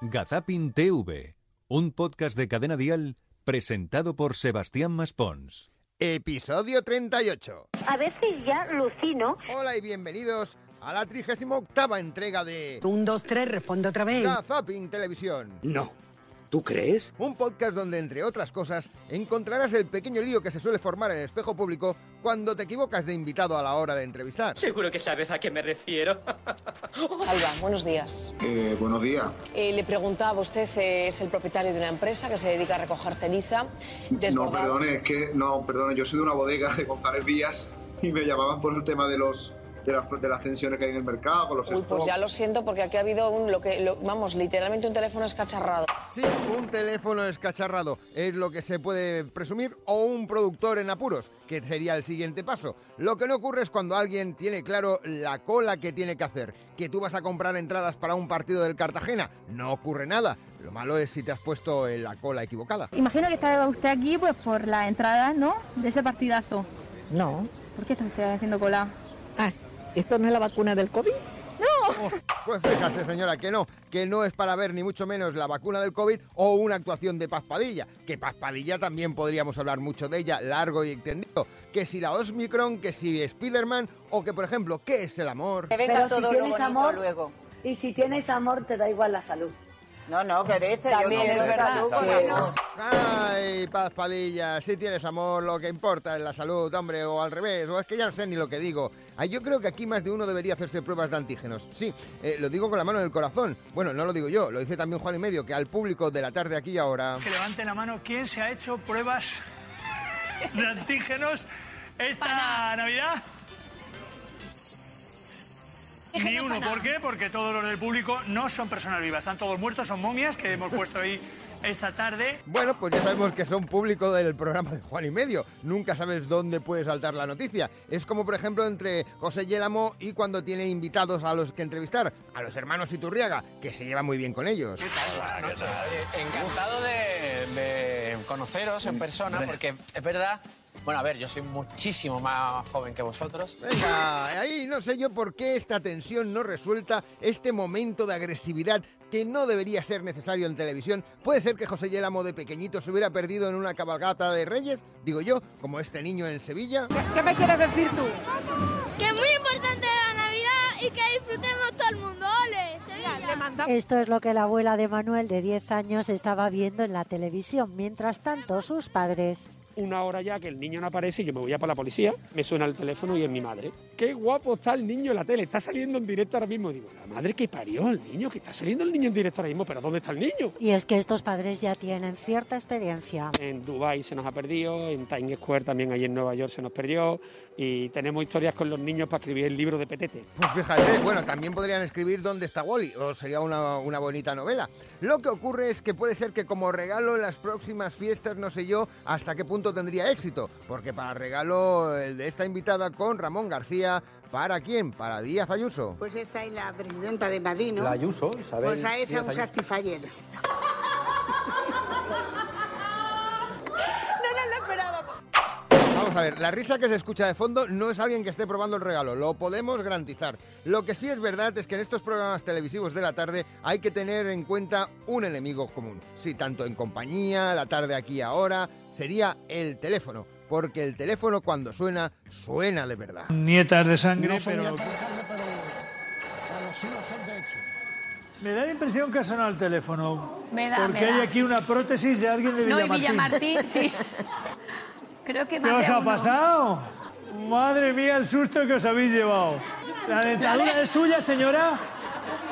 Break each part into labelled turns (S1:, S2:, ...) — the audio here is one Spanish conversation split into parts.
S1: Gazapin TV, un podcast de cadena dial presentado por Sebastián Maspons.
S2: Episodio 38.
S3: A veces ya lucino.
S2: Hola y bienvenidos a la 38 entrega de
S4: Un, dos, tres, responde otra vez.
S2: Gazapin Televisión.
S5: No. ¿Tú crees?
S2: Un podcast donde, entre otras cosas, encontrarás el pequeño lío que se suele formar en el espejo público cuando te equivocas de invitado a la hora de entrevistar.
S6: Seguro que sabes a qué me refiero.
S7: Alba, buenos días.
S8: Eh, buenos días.
S7: Eh, le preguntaba, usted eh, es el propietario de una empresa que se dedica a recoger ceniza.
S8: No,
S7: desbordar-
S8: perdone, es que no, perdone, yo soy de una bodega de González Díaz y me llamaban por el tema de los de las, de las tensiones que hay en el mercado, con los
S7: Uy, pues
S8: stocks.
S7: ya lo siento porque aquí ha habido un, lo que, lo- vamos, literalmente un teléfono escacharrado.
S2: Sí, un teléfono escacharrado es lo que se puede presumir o un productor en apuros, que sería el siguiente paso. Lo que no ocurre es cuando alguien tiene claro la cola que tiene que hacer, que tú vas a comprar entradas para un partido del Cartagena, no ocurre nada. Lo malo es si te has puesto en la cola equivocada.
S9: Imagino que estaba usted aquí pues por las entradas, ¿no? De ese partidazo.
S4: No.
S9: ¿Por qué está usted haciendo cola?
S4: Ah, ¿esto no es la vacuna del COVID?
S2: Pues fíjase, señora, que no, que no es para ver ni mucho menos la vacuna del COVID o una actuación de Paz Padilla, que Paz Padilla también podríamos hablar mucho de ella, largo y extendido, que si la Osmicron, que si Spiderman, o que, por ejemplo, ¿qué es el amor?
S10: Que venga
S11: Pero
S10: todo
S11: si
S10: lo
S11: tienes
S10: bonito
S11: amor,
S10: luego.
S11: y si tienes amor te da igual la salud.
S10: No, no, que dice.
S7: También
S10: yo
S7: es
S10: quiero
S7: verdad,
S10: salud,
S7: sí.
S10: porque no.
S2: Ay, Paz Padilla, si tienes amor, lo que importa es la salud, hombre, o al revés, o es que ya no sé ni lo que digo. Ay, yo creo que aquí más de uno debería hacerse pruebas de antígenos. Sí, eh, lo digo con la mano en el corazón. Bueno, no lo digo yo, lo dice también Juan y Medio, que al público de la tarde aquí y ahora...
S12: Que levante la mano quién se ha hecho pruebas de antígenos esta Navidad. Ni uno. ¿Por qué? Porque todos los del público no son personas vivas. Están todos muertos, son momias que hemos puesto ahí esta tarde.
S2: Bueno, pues ya sabemos que son público del programa de Juan y Medio. Nunca sabes dónde puede saltar la noticia. Es como, por ejemplo, entre José Yélamo y cuando tiene invitados a los que entrevistar, a los hermanos Iturriaga, que se lleva muy bien con ellos.
S13: Ah, Encantado de, de conoceros en persona, porque es verdad. Bueno, a ver, yo soy muchísimo más joven que vosotros.
S2: Venga, ahí no sé yo por qué esta tensión no resuelta, este momento de agresividad que no debería ser necesario en televisión. ¿Puede ser que José Yélamo de pequeñito se hubiera perdido en una cabalgata de reyes? Digo yo, como este niño en Sevilla.
S9: ¿Qué me quieres decir tú?
S14: Que es muy importante la Navidad y que disfrutemos todo el mundo. ¡Ole! Sevilla.
S15: Esto es lo que la abuela de Manuel de 10 años estaba viendo en la televisión. Mientras tanto, sus padres.
S16: una hora ya que el niño no aparece y yo me voy a para la policía, me suena el teléfono y es mi madre. Qué guapo está el niño en la tele, está saliendo en directo ahora mismo. Digo, la madre que parió el niño, que está saliendo el niño en directo ahora mismo, pero ¿dónde está el niño?
S15: Y es que estos padres ya tienen cierta experiencia.
S16: En Dubai se nos ha perdido, en Times Square también ahí en Nueva York se nos perdió y tenemos historias con los niños para escribir el libro de Petete.
S2: Pues fíjate, bueno, también podrían escribir ¿Dónde está Wally? O sería una, una bonita novela. Lo que ocurre es que puede ser que como regalo en las próximas fiestas, no sé yo hasta qué punto tendría éxito. Porque para regalo el de esta invitada con Ramón García, ¿para quién? Para Díaz Ayuso.
S17: Pues esta es la presidenta de Madrid, ¿no?
S18: La Ayuso, Isabel
S17: Pues a esa
S18: Díaz
S17: un
S18: Ayuso.
S17: satisfyer.
S2: Vamos a ver, la risa que se escucha de fondo no es alguien que esté probando el regalo, lo podemos garantizar. Lo que sí es verdad es que en estos programas televisivos de la tarde hay que tener en cuenta un enemigo común. Sí, tanto en compañía, la tarde aquí ahora, sería el teléfono. Porque el teléfono cuando suena, suena de verdad.
S12: Nietas de sangre,
S2: No son
S12: pero... Me da la impresión que ha sonado el teléfono.
S9: Me da,
S12: Porque
S9: me da.
S12: hay aquí una prótesis de alguien de
S9: No, y
S12: Villamartín.
S9: Villamartín, sí. Creo que
S12: ¿Qué
S9: más
S12: os
S9: de
S12: ha
S9: uno.
S12: pasado? Madre mía, el susto que os habéis llevado. ¿La dentadura es suya, señora?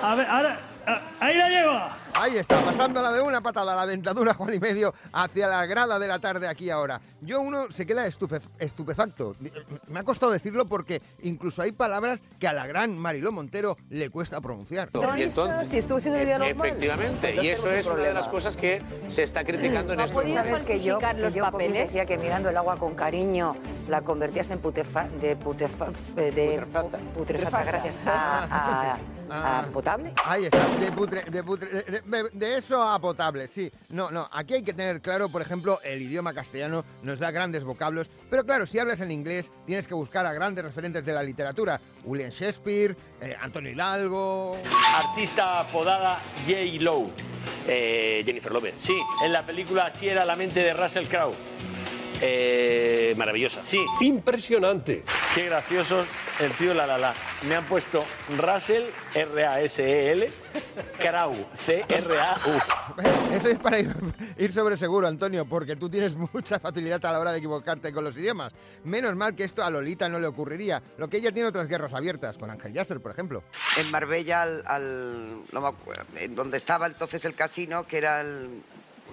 S12: A ver, ahora. ah, ¡Ahí la lleva!
S2: Ahí está, pasándola de una patada la dentadura Juan y medio hacia la grada de la tarde aquí ahora. Yo uno se queda estufe- estupefacto. Me ha costado decirlo porque incluso hay palabras que a la gran Mariló Montero le cuesta pronunciar.
S13: Y entonces-
S19: si estuvo haciendo una vida normal.
S13: Efectivamente, y
S19: Entonces
S13: eso es
S19: tenemos un
S13: una de
S19: problema.
S13: las cosas que se está criticando en esto.
S19: pues, ¿Sabes que yo, que yo Popis, decía que mirando el agua con cariño la convertías en putefa, de putefa, eh, de putrefacta, gracias a, a- a potable?
S2: Ahí está, de, putre- de putre- de- de- de eso a potable, sí. No, no, aquí hay que tener claro, por ejemplo, el idioma castellano nos da grandes vocablos, pero claro, si hablas en inglés tienes que buscar a grandes referentes de la literatura. William Shakespeare, eh, Antonio Hidalgo...
S20: Artista apodada J. Low.
S16: Eh, Jennifer López. Sí, en la película Así era la mente de Russell Crowe. Eh, maravillosa. Sí. Impresionante. Qué graciosos el tío La La La. Me han puesto Russell, R-A-S-E-L, Crowe, C-R-A-U.
S2: Eso es para ir, ir sobre seguro, Antonio, porque tú tienes mucha facilidad a la hora de equivocarte con los idiomas. Menos mal que esto a Lolita no le ocurriría. Lo que ella tiene otras guerras abiertas, con Ángel Yasser, por ejemplo.
S19: En Marbella, al, al- no me acuerdo, en donde estaba entonces el casino, que era el...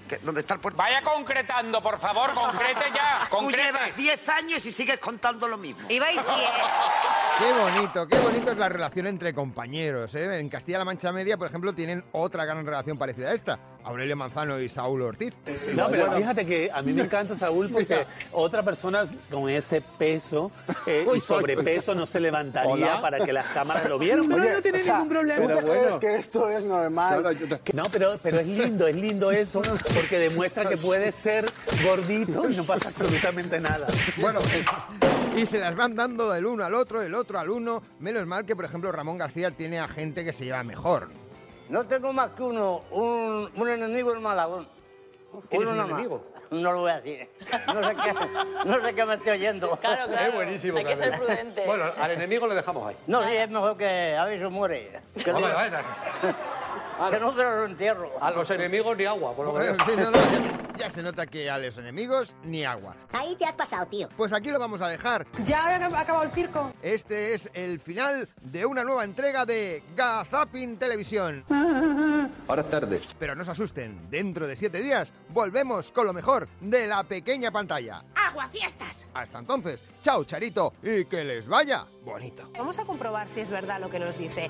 S19: que- donde está el puerto...
S13: Vaya concretando, por favor, concrete ya.
S19: Tú
S13: Concrete.
S19: llevas 10 años y sigues contando lo mismo. Y vais
S2: Qué bonito, qué bonito es la relación entre compañeros. ¿eh? En Castilla-La Mancha Media, por ejemplo, tienen otra gran relación parecida a esta. Aurelio Manzano y Saúl Ortiz.
S12: No, pero fíjate que a mí me encanta Saúl porque otra persona con ese peso eh,
S2: Uy,
S12: y sobrepeso no se levantaría
S2: Hola.
S12: para que las cámaras lo vieran.
S21: No,
S12: Oye,
S21: no tiene
S12: o sea,
S21: ningún problema.
S12: pero bueno.
S21: que esto es normal?
S12: Que No, pero, pero es lindo, es lindo eso, porque demuestra que puedes ser gordito y no pasa absolutamente nada.
S2: Bueno, Y se las van dando del uno al otro, del otro al uno. Menos mal que, por ejemplo, Ramón García tiene a gente que se lleva mejor.
S22: No tengo más que uno, un, un enemigo en Malagón.
S2: ¿Tienes un
S22: nada más.
S2: enemigo?
S22: No lo voy a decir. No sé qué, no sé qué me estoy oyendo.
S23: Claro, claro. Es buenísimo, Hay que claro. ser prudente. Bueno, al
S22: enemigo lo dejamos ahí. No, sí, es mejor que aviso
S23: Ah,
S22: muere. Que no,
S23: Hombre, vaya.
S22: que no te lo entierro.
S23: A los enemigos ni agua, por lo
S2: Bueno,
S23: menos.
S2: sí, no, no, ya, ya se nota que a los enemigos ni agua. Ahí te has pasado, tío. Pues aquí lo vamos a dejar. Ya ha acabado el circo. Este es el final de una nueva entrega de Gazapin Televisión.
S24: Ahora es tarde.
S2: Pero no se asusten, dentro de siete días volvemos con lo mejor de la pequeña pantalla.
S15: ¡Agua, fiestas!
S2: Hasta entonces, chao Charito y que les vaya bonito.
S15: Vamos a comprobar si es verdad lo que nos dice.